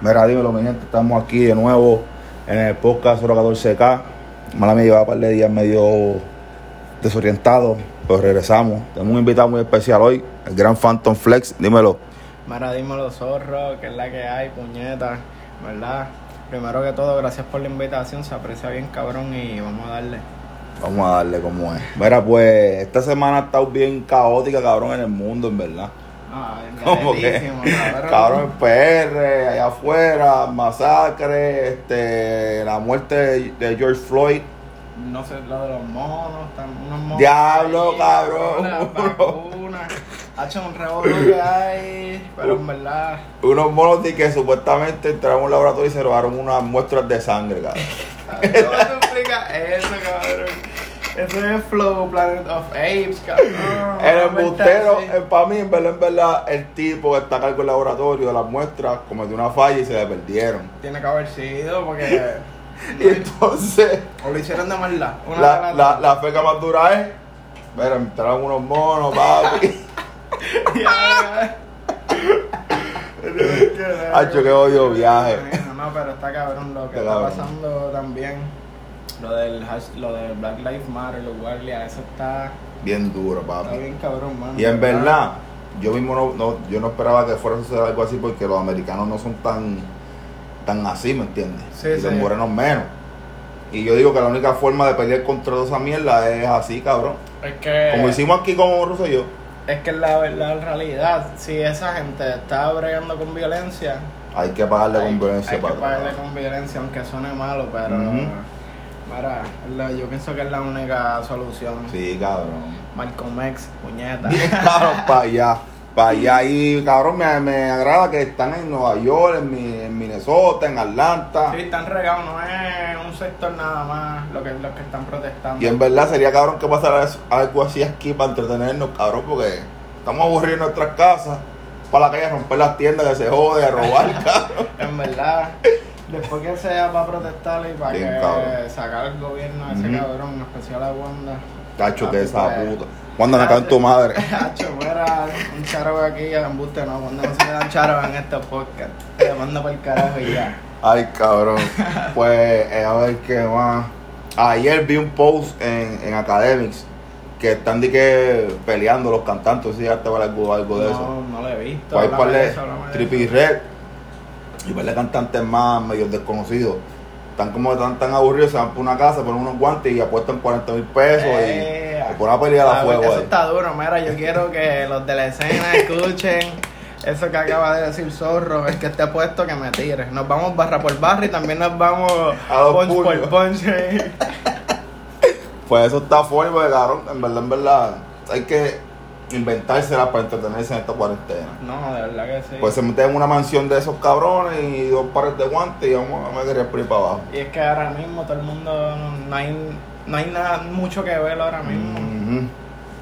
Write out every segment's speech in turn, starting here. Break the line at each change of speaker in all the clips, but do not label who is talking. Mira, dímelo, mi gente, estamos aquí de nuevo en el podcast 014K. Mala me llevaba un par de días medio desorientado, pero regresamos. Tenemos un invitado muy especial hoy, el gran Phantom Flex. Dímelo.
Mara, los zorros, que es la que hay, puñeta, ¿verdad? Primero que todo, gracias por la invitación, se aprecia bien, cabrón, y vamos a darle.
Vamos a darle como es. Mira, pues esta semana ha estado bien caótica, cabrón, en el mundo, en verdad.
Ah,
Como que, cabrón, el PR, allá afuera, masacre, este, la muerte de- de George Floyd.
No sé, lo de los monos, están unos monos.
Diablo,
ahí,
cabrón,
Las
bro.
vacunas, ha hecho un revolú que hay, pero en verdad,
Unos monos de que supuestamente entraron a un laboratorio y se robaron unas muestras de sangre, cabrón.
¿cómo tú explicas eso, cabrón? Eso es Flow Planet of Apes, cabrón.
El
Una vuelta
embustero,
así.
eh, para mí, en verdad, en verdad, el tipo que está a cargo del laboratorio de las muestras cometió una falla y se le perdieron.
Tiene que haber sido, porque.
Y entonces,
O lo hicieron de maldad. Una
la,
de
la, la feca más dura es, mira, entraron unos monos, papi. Hacho, qué odio viaje.
No, no, pero está cabrón lo que
Está
está
cabrón.
pasando también. Lo del, hash- lo del Black Lives Matter, los guardias, eso está,
Bien duro,
está
papi.
bien cabrón, mano.
Y en verdad, yo mismo no, no- yo no esperaba que fuera a suceder algo así porque los americanos no son tan, tan así, ¿me entiendes?
Sí,
y los
sí.
morenos menos. Y yo digo que la única forma de pelear contra toda esa mierda es así, cabrón.
Es que.
Como hicimos aquí con Russo y yo.
Es que la verdad, la realidad, si esa gente está bregando con violencia,
Hay que pagarle
hay,
con violencia,
hay que
patrón.
pagarle con violencia, aunque suene malo, pero.
Ujú.
mira, la- yo pienso que es la única solución.
Sí, cabrón.
Malcolm X, puñeta.
Bien, cabrón, para allá. Para allá. Y, cabrón, me, me agrada que están en Nueva York, en, mi- en Minnesota, en Atlanta.
Sí, están regados, no es un sector nada más lo que, los que están protestando.
Y en verdad sería, cabrón, que pasara eso- algo así aquí para entretenernos, cabrón, porque estamos aburridos en nuestras casas. Para la calle a romper las tiendas, que se jode, a robar, cabrón.
En verdad, después que sea para protestar y para
Bien,
que
cabrón.
sacar el gobierno a ese
Ujú.
cabrón, en especial a Wanda.
Cacho, que
Papi,
esa
pues,
puta. ¿Cuándo me cae en tu madre?
Cacho, fuera un charo aquí, embuste no, cuando no se me dan charos en estos podcasts. Te mando para el carajo y ya.
Ay, cabrón. Pues, eh, a ver qué más. Ayer vi un post en, en Academics que están de que peleando los cantantes. Si ya te vale algo, algo de eso.
No, no lo he visto.
Pues hay
háblame
par
de
de
eso, háblame de
Trippy
eso.
Red y par de cantantes más medio desconocidos. Están como tan, tan aburridos, se van por una casa, ponen unos guantes y apuestan 40 mil pesos
Eh,
y, y ponen a pelear a
Ah,
fuego eh.
Eso
ahí.
está duro, mira, yo quiero que los de la escena escuchen eso que acaba de decir Zorro, el que esté puesto que me tire. Nos vamos barra por barra y también nos vamos
A los
punch por
puños.
punch. eh.
Pues eso está fuerte, porque, cabrón, en verdad, en verdad, hay que inventársela para entretenerse en esta cuarentena.
No, de verdad que sí.
Pues se meten en una mansión de esos cabrones y dos pares de guantes y vamos a querer por ahí para abajo.
y es que ahora mismo todo el mundo no hay, no hay nada mucho que ver ahora mismo.
Ujú.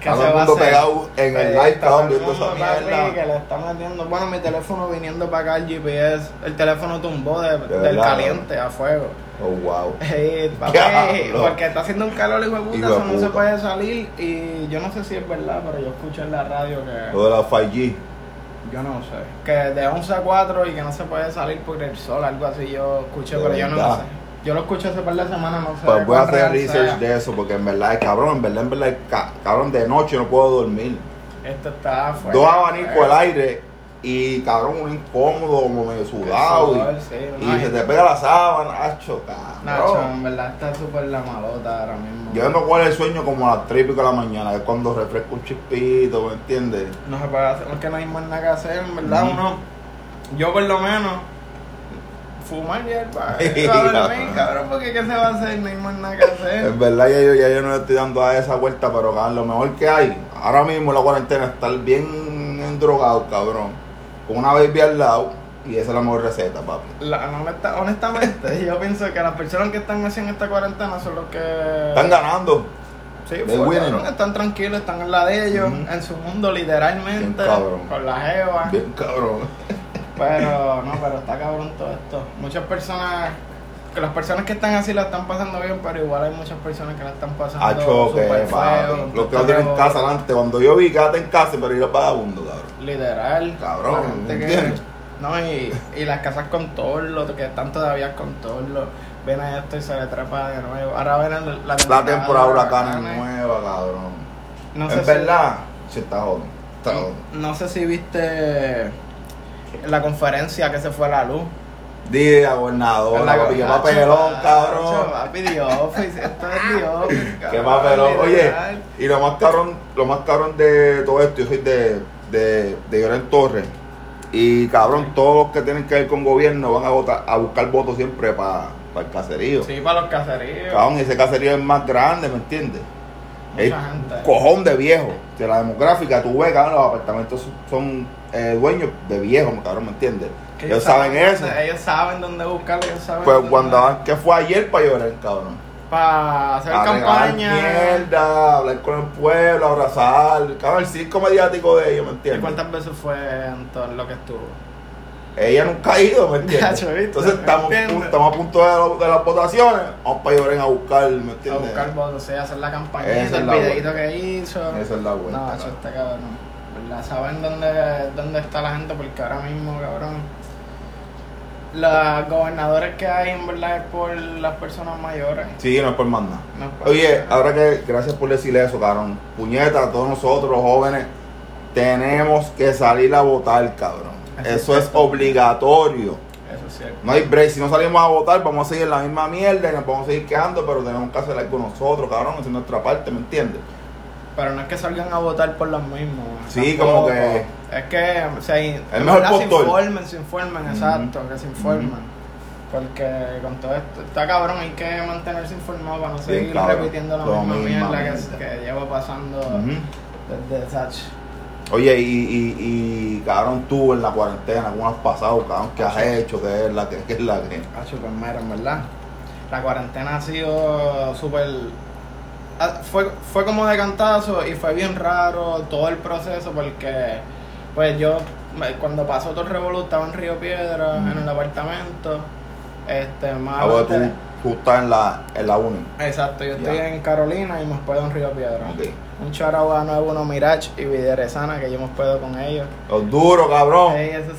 ¿Qué
Mm. Está
se
todo el
va a
mundo
hacer?
pegado en el live,
Eh, está todo
estaban
el
viendo esa
mundo, papi, Que
mierda.
le están metiendo. Bueno, mi teléfono viniendo para acá el GPS. El teléfono tumbó de- del
verdad.
caliente a fuego.
Oh, wow.
Ey, Eh, papi,
Diablo.
porque está haciendo un calor, hijo de puta,
Hijo de
eso no se
puta.
puede salir. Y yo no sé si es verdad, pero yo escuché en la radio que.
Lo de la 5G.
Yo no sé. Que de 11 a 4 y que no se puede salir por el sol, algo así yo escuché,
De
pero yo no
verdad.
sé. Yo lo escuché hace par de semanas, no sé.
Pues voy a
cuán
hacer
real
research
sea.
de eso porque en verdad, cabrón, en verdad, en verdad, ca- cabrón, de noche no puedo dormir.
Esto está fuerte.
Dos abanicos al aire y cabrón, un incómodo, como medio sudado.
sudor,
y-
sí,
y
no,
se
y-
te pega la sábana, hacho, cabrón.
Nacho, en verdad está súper la malota ahora mismo.
Yo no cuál el sueño como a las 3 y pico de la mañana, que es cuando refresco un chispito, ¿me entiendes?
No se puede hacer, porque no hay más nada que hacer, en verdad
Ujú.
uno, yo por lo menos, fumar hierba, eh, para dormir, cabrón, porque qué se va a hacer, no hay más nada que hacer.
En verdad ya yo, ya yo no le estoy dando a esa vuelta, pero cabrón, lo mejor que hay ahora mismo en la cuarentena es estar bien endrogado, cabrón. Con una baby al lado y esa es la mejor receta, papi.
La- no me está- honestamente, yo pienso que las personas que están haciendo esta cuarentena son los que...
Están ganando.
Sí,
They're
pues,
winning.
cabrón, están tranquilos, están en la de ellos,
Ujú.
en su mundo literalmente,
Bien, cabrón.
con la jeva.
Bien cabrón.
Pero no, pero está cabrón todo esto. Muchas personas, que las personas que están así la están pasando bien, pero igual hay muchas personas que la están pasando
A choque,
súper feo,
papi. Los que no tienen
pero-
casa adelante. Cuando yo vi, quédate en casa, pero ir a vagabundo, cabrón.
Literal.
Cabrón,
La gente que-
¿entiendes?
No, y, y las casas con torlo, que están todavía con torlo. Ven a esto y se le trapa de nuevo. Ahora ven el- la
La
temporada,
temporada de huracanes
huracanes.
nueva, cabrón.
No sé
es
si-
verdad, se está jodido. Está
no-
jodido.
no sé si viste la conferencia que se fue a la luz.
Día, gobernador, Oh, la papi, qué
Chacho,
papelón,
chacho,
cabrón.
Papi, The Office, esto es The Office,
Qué
cabrón,
papelón. Oye,
literal.
y lo más cabrón, lo más cabrón de todo esto, yo soy de, de, de Llorén Torres. Y cabrón, todos los que tienen que ver con gobierno van a votar, a buscar votos siempre para el caserío.
Sí, para los caseríos.
Cabrón, y ese caserío es más grande, ¿me entiendes?
Mucha
Es
gente.
cojón de viejo. De la demográfica, tú ves, cabrón, los apartamentos son- son eh, dueños de viejos, cabrón, ¿me entiendes?
Que
Ellos saben eso.
dónde- ellos saben dónde buscarlo, ellos saben.
Pues
dónde-
cuando que fue ayer para llorar, cabrón.
Para hacer
a regalar
campaña.
mierda, hablar con el pueblo, abrazar, cabrón, el circo mediático de ellos, ¿me
¿Y
entiendes?
cuántas veces fue en todo lo que estuvo?
Ella nunca ha ido, ¿me entiendes?
Cacho, ¿viste?
Entonces estamos,
¿Me entiendes?
estamos a punto de, lo- de las votaciones, vamos para llorar a buscar, ¿me
A
entiendes?
buscar votos, o sea, hacer la campaña,
Esa es
el
la
videito
vuelta.
que hizo.
Esa es la vuelta.
No, eso
cabrón.
está cabrón. ¿Verdad? Saben dónde, dónde está la gente porque ahora mismo, cabrón. Los gobernadores que hay en verdad es por las personas mayores.
Sí, no es por más nada.
No es por-
Oye, ahora que gracias por decirle eso, cabrón. Puñeta, todos nosotros los jóvenes tenemos que salir a votar, cabrón.
Así es,
Eso es
cierto.
obligatorio.
Eso es cierto.
No hay break. Si no salimos a votar, vamos a seguir en la misma mierda y nos vamos a seguir quejando, pero tenemos que hacer algo nosotros, cabrón, hacer nuestra parte, ¿me entiendes?
Pero no es que salgan a votar por los mismos.
Sí,
tampoco.
como que-
Es que se,
El mejor
se
postor.
informen, se informen,
Ujú.
exacto, que se informen. Porque con todo esto, está cabrón, hay que mantenerse informado para no seguir
cabrón.
repitiendo la
Lo
misma
misma
mierda que,
mierda.
que lleva pasando desde Sach.
Oye, y, y, y, cabrón, tú en la cuarentena, ¿cómo has pasado, cabrón? ¿Qué has hecho? ¿Qué es la que, qué es la que?
Ah, pues mira, en verdad. La cuarentena ha sido súper. ah, Fue, fue como de cantazo y fue bien raro todo el proceso porque, pues yo, me- cuando pasó todo el revolú, estaba en Río Piedra,
Mm.
en el apartamento. Este, más.
Ah, porque
adelante-
tú, tú estás en la, en la uni.
Exacto,
Ya.
yo estoy en Carolina y me hospedo en Río Piedra.
Ok.
Un charagua nuevo, uno Mirage y Viderezana, que yo me hospedo con ellos.
Los duros, cabrón.
Ey, esos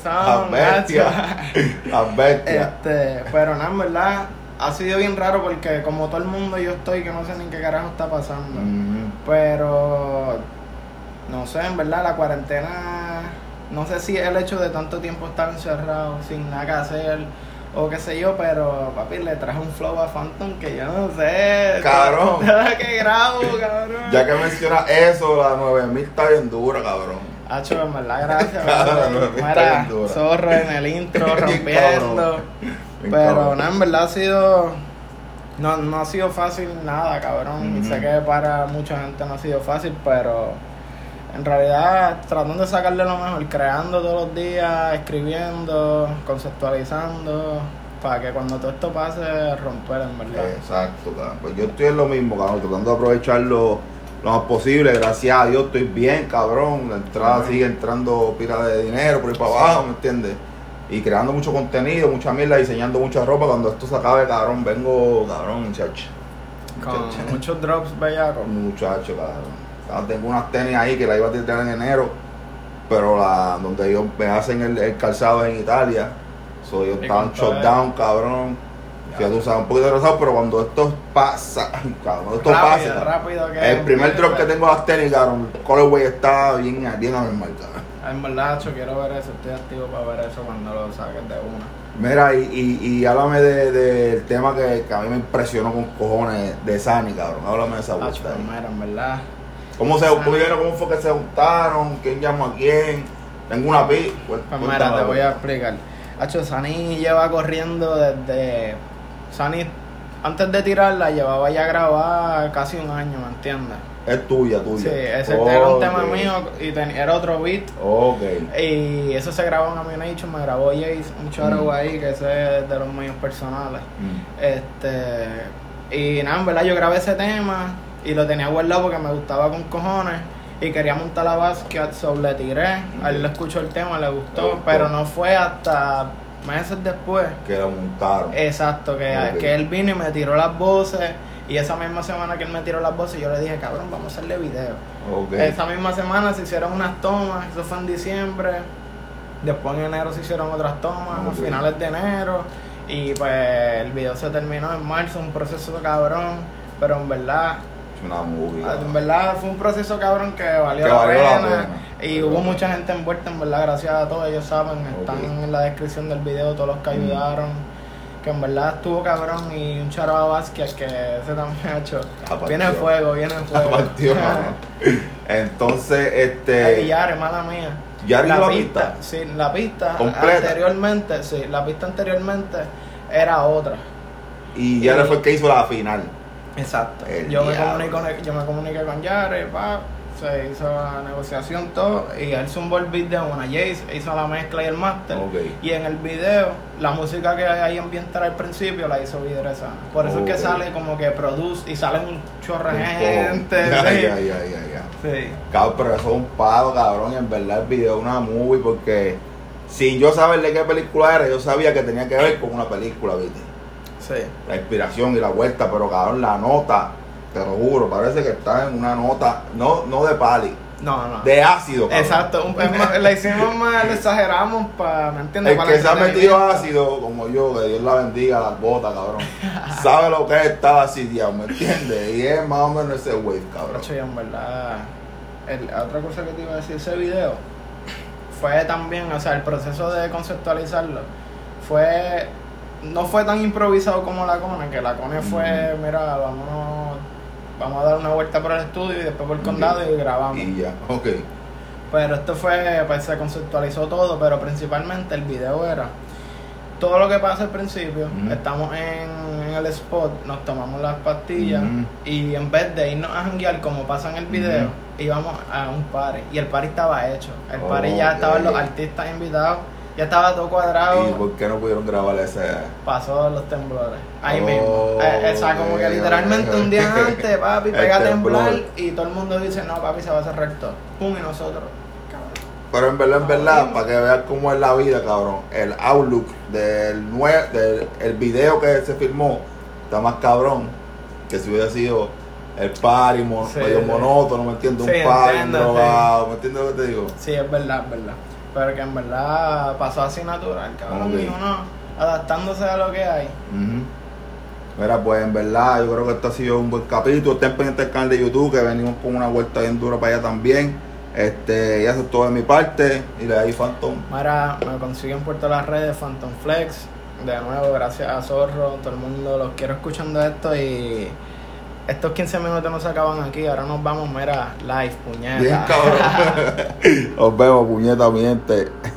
Las
son,
bestias.
Ah, macho.
Las bestias.
Este, pero nada, en verdad, ha sido bien raro porque como todo el mundo yo estoy que no sé ni qué carajo está pasando.
Ujú.
Pero no sé, en verdad, la cuarentena, no sé si el hecho de tanto tiempo estar encerrado, sin nada que hacer, o qué sé yo, pero papi le traje un flow a Phantom que yo no sé.
Cabrón.
Cada que grabo, cabrón.
Ya que mencionas eso, la 9000 está bien dura, cabrón.
Hacho, en verdad, gracias.
Cabrón,
brother.
no, está
Mira,
bien dura.
zorro en el intro,
Bien
rompiendo.
cabrón. Bien
Pero
cabrón.
nada, en verdad ha sido. No, no ha sido fácil nada, cabrón. Y
Ujú.
sé que para mucha gente no ha sido fácil, pero en realidad tratando de sacarle lo mejor, creando todos los días, escribiendo, conceptualizando, para que cuando todo esto pase, romper en verdad.
Eh, Exacto, cabrón. Pues yo estoy en lo mismo, cabrón, tratando de aprovecharlo lo más posible. Gracias a Dios estoy bien, cabrón. La entrada
Ajá.
sigue entrando pila de dinero por ahí para abajo, ¿me entiendes? Y creando mucho contenido, mucha mierda, diseñando mucha ropa. Cuando esto se acabe, cabrón, vengo, cabrón, muchacho.
Con
Muchacho.
muchos drops bellacos.
Muchacho, cabrón. Ahora Tengo unas tenis ahí que las iba a tirar en enero, pero la, donde ellos me hacen el, el calzado es en Italia. Soy yo
Y
estaba en
con todo
shutdown, cabrón. Ya tú sabes, un poquito atrasado, pero cuando esto pasa, ay, cabrón, cuando esto
rápido,
pasa, cabrón.
rápido que.
el primer drop que tengo las tenis, cabrón, el colorway está bien, bien anormal, cabrón.
En verdad, Hacho, quiero ver eso. Estoy activo para ver eso cuando lo saques de una.
Mira, y, y, y háblame de- del tema que, que a mí me impresionó con cojones de Sani, cabrón. Háblame de esa
Hacho,
vuelta. ahí.
mira, en verdad.
¿Cómo se obtuvieron? ¿Cómo fue que se juntaron? ¿Quién llamó a quién? Tengo una pi. Pues,
Pues mira,
cuéntame,
te voy a explicar. Hacho, Sani lleva corriendo desde. Sani, antes de tirarla, llevaba ya grabada casi un año, ¿me entiendes?
Es tuya, tuya.
Sí, ese este era un tema
Ok.
mío y ten- era otro beat.
Ok.
Y eso se grabó en Amination, me grabó Jace, un charo
Mm.
ahí, que ese es de los míos personales.
Mm.
Este. Y nada, en verdad yo grabé ese tema y lo tenía guardado porque me gustaba con cojones. Y quería montar la basket, so le tiré. A él le escuchó el tema, le gustó,
Le gustó.
Pero no fue hasta meses después.
Que lo montaron.
Eh, Exacto, que,
Ok.
que él vino y me tiró las voces. Y esa misma semana que él me tiró las voces, yo le dije, cabrón, vamos a hacerle video.
ok.
Esa misma semana se hicieron unas tomas, eso fue en diciembre. Después en enero se hicieron otras tomas, a finales de enero. Y pues el video se terminó en marzo, un proceso cabrón. Pero en verdad,
Es una movie.
Ah, en verdad fue un proceso cabrón que valió,
Que
la,
valió la
pena,
pena.
Y hubo mucha gente envuelta, en verdad, gracias a todos, ellos saben, están
Ok.
en la descripción del video todos los que
Mm.
ayudaron. Que en verdad estuvo cabrón y un charo a Vázquez que ese también ha hecho.
Aparte.
Viene fuego, viene fuego.
Partió, mano. Entonces,
Eh,
este.
y Yare, mala mía.
Yare hizo la pista.
Sí, la pista
Completa.
anteriormente, sí, la pista anteriormente era otra.
Y ya fue el que hizo la final.
Exacto.
El
Yo me,
diablo.
comunico- yo me comuniqué con Yare, pa, se hizo la negociación, todo, y él zumbó el beat de una, Jace hizo la mezcla y el máster,
Ok.
y en el video, la música que hay ambiental al principio la hizo Vidresana. Por eso es
Ok.
que sale como que produce, y salen un chorro de gente,
Ya,
sí.
ya, ya, ya, ya.
Sí.
Cabrón, pero eso es un palo, cabrón. Y en verdad el video es una movie porque sin yo saber de qué película era, yo sabía que tenía que ver con una película, ¿viste?
sí.
La inspiración y la vuelta, pero cabrón, la nota, te lo juro, parece que está en una nota, no, no de pali,
No, no.
de ácido. cabrón.
Exacto, un- es más, la hicimos más, le exageramos para, ¿me entiendes?
El
Para
que se ha metido
entretenimiento.
ácido, como yo, que Dios la bendiga, las botas, cabrón. Sabe lo que es estar acidiado, ¿me entiendes? Y es más o menos ese wave, cabrón.
Nacho, y en verdad, el- otra cosa que te iba a decir, ese video fue también, o sea, el proceso de conceptualizarlo fue, no fue tan improvisado como la Cone, que la Cone fue, mira, vámonos, vamos a dar una vuelta por el estudio y después por el condado y grabamos.
Y ya, ok.
Pero esto fue, pues se conceptualizó todo, pero principalmente el video era todo lo que pasa al principio.
Ujú.
Estamos en, en el spot, nos tomamos las pastillas
Ujú.
y en vez de irnos a janguear como pasa en el video, íbamos a un party. Y el party estaba hecho. El party ya
Ok.
estaban los artistas invitados, ya estaba todo cuadrado.
¿Y por qué no pudieron grabar ese?
Pasó los temblores. Ahí
Oh,
mismo. Eh, o sea, como que
ok,
literalmente
ok.
un día antes, papi,
El
pega a temblar
temblor.
y todo el mundo dice, no, papi, se va a cerrar todo. Pum, y nosotros, cabrón.
Pero en verdad, en
Ah,
verdad,
bueno.
para que veas cómo es la vida, cabrón. El outlook del, nue- del el video que se filmó está más cabrón que si hubiera sido el party mon-
Sí.
medio monótono, ¿me entiendes?
Sí,
un party
entiendo,
drogado, ¿me entiendes lo que te digo?
Sí, es verdad, es verdad. Pero que en verdad pasó así natural, cabrón.
Ok.
Y uno adaptándose a lo que hay.
Ujú. Mira, pues en verdad, yo creo que este ha sido un buen capítulo. Estén pendientes del canal de YouTube, que venimos con una vuelta bien dura para allá también. Este, y eso es todo de mi parte. Y le ahí Phantom.
Mara, me consiguen por todas las redes Phantom Flex. De nuevo, gracias a Zorro, todo el mundo los quiero escuchando esto y estos 15 minutos no se acaban aquí. Ahora nos vamos, mira, live, puñeta.
Bien, cabrón. Nos vemos, puñeta, mi gente.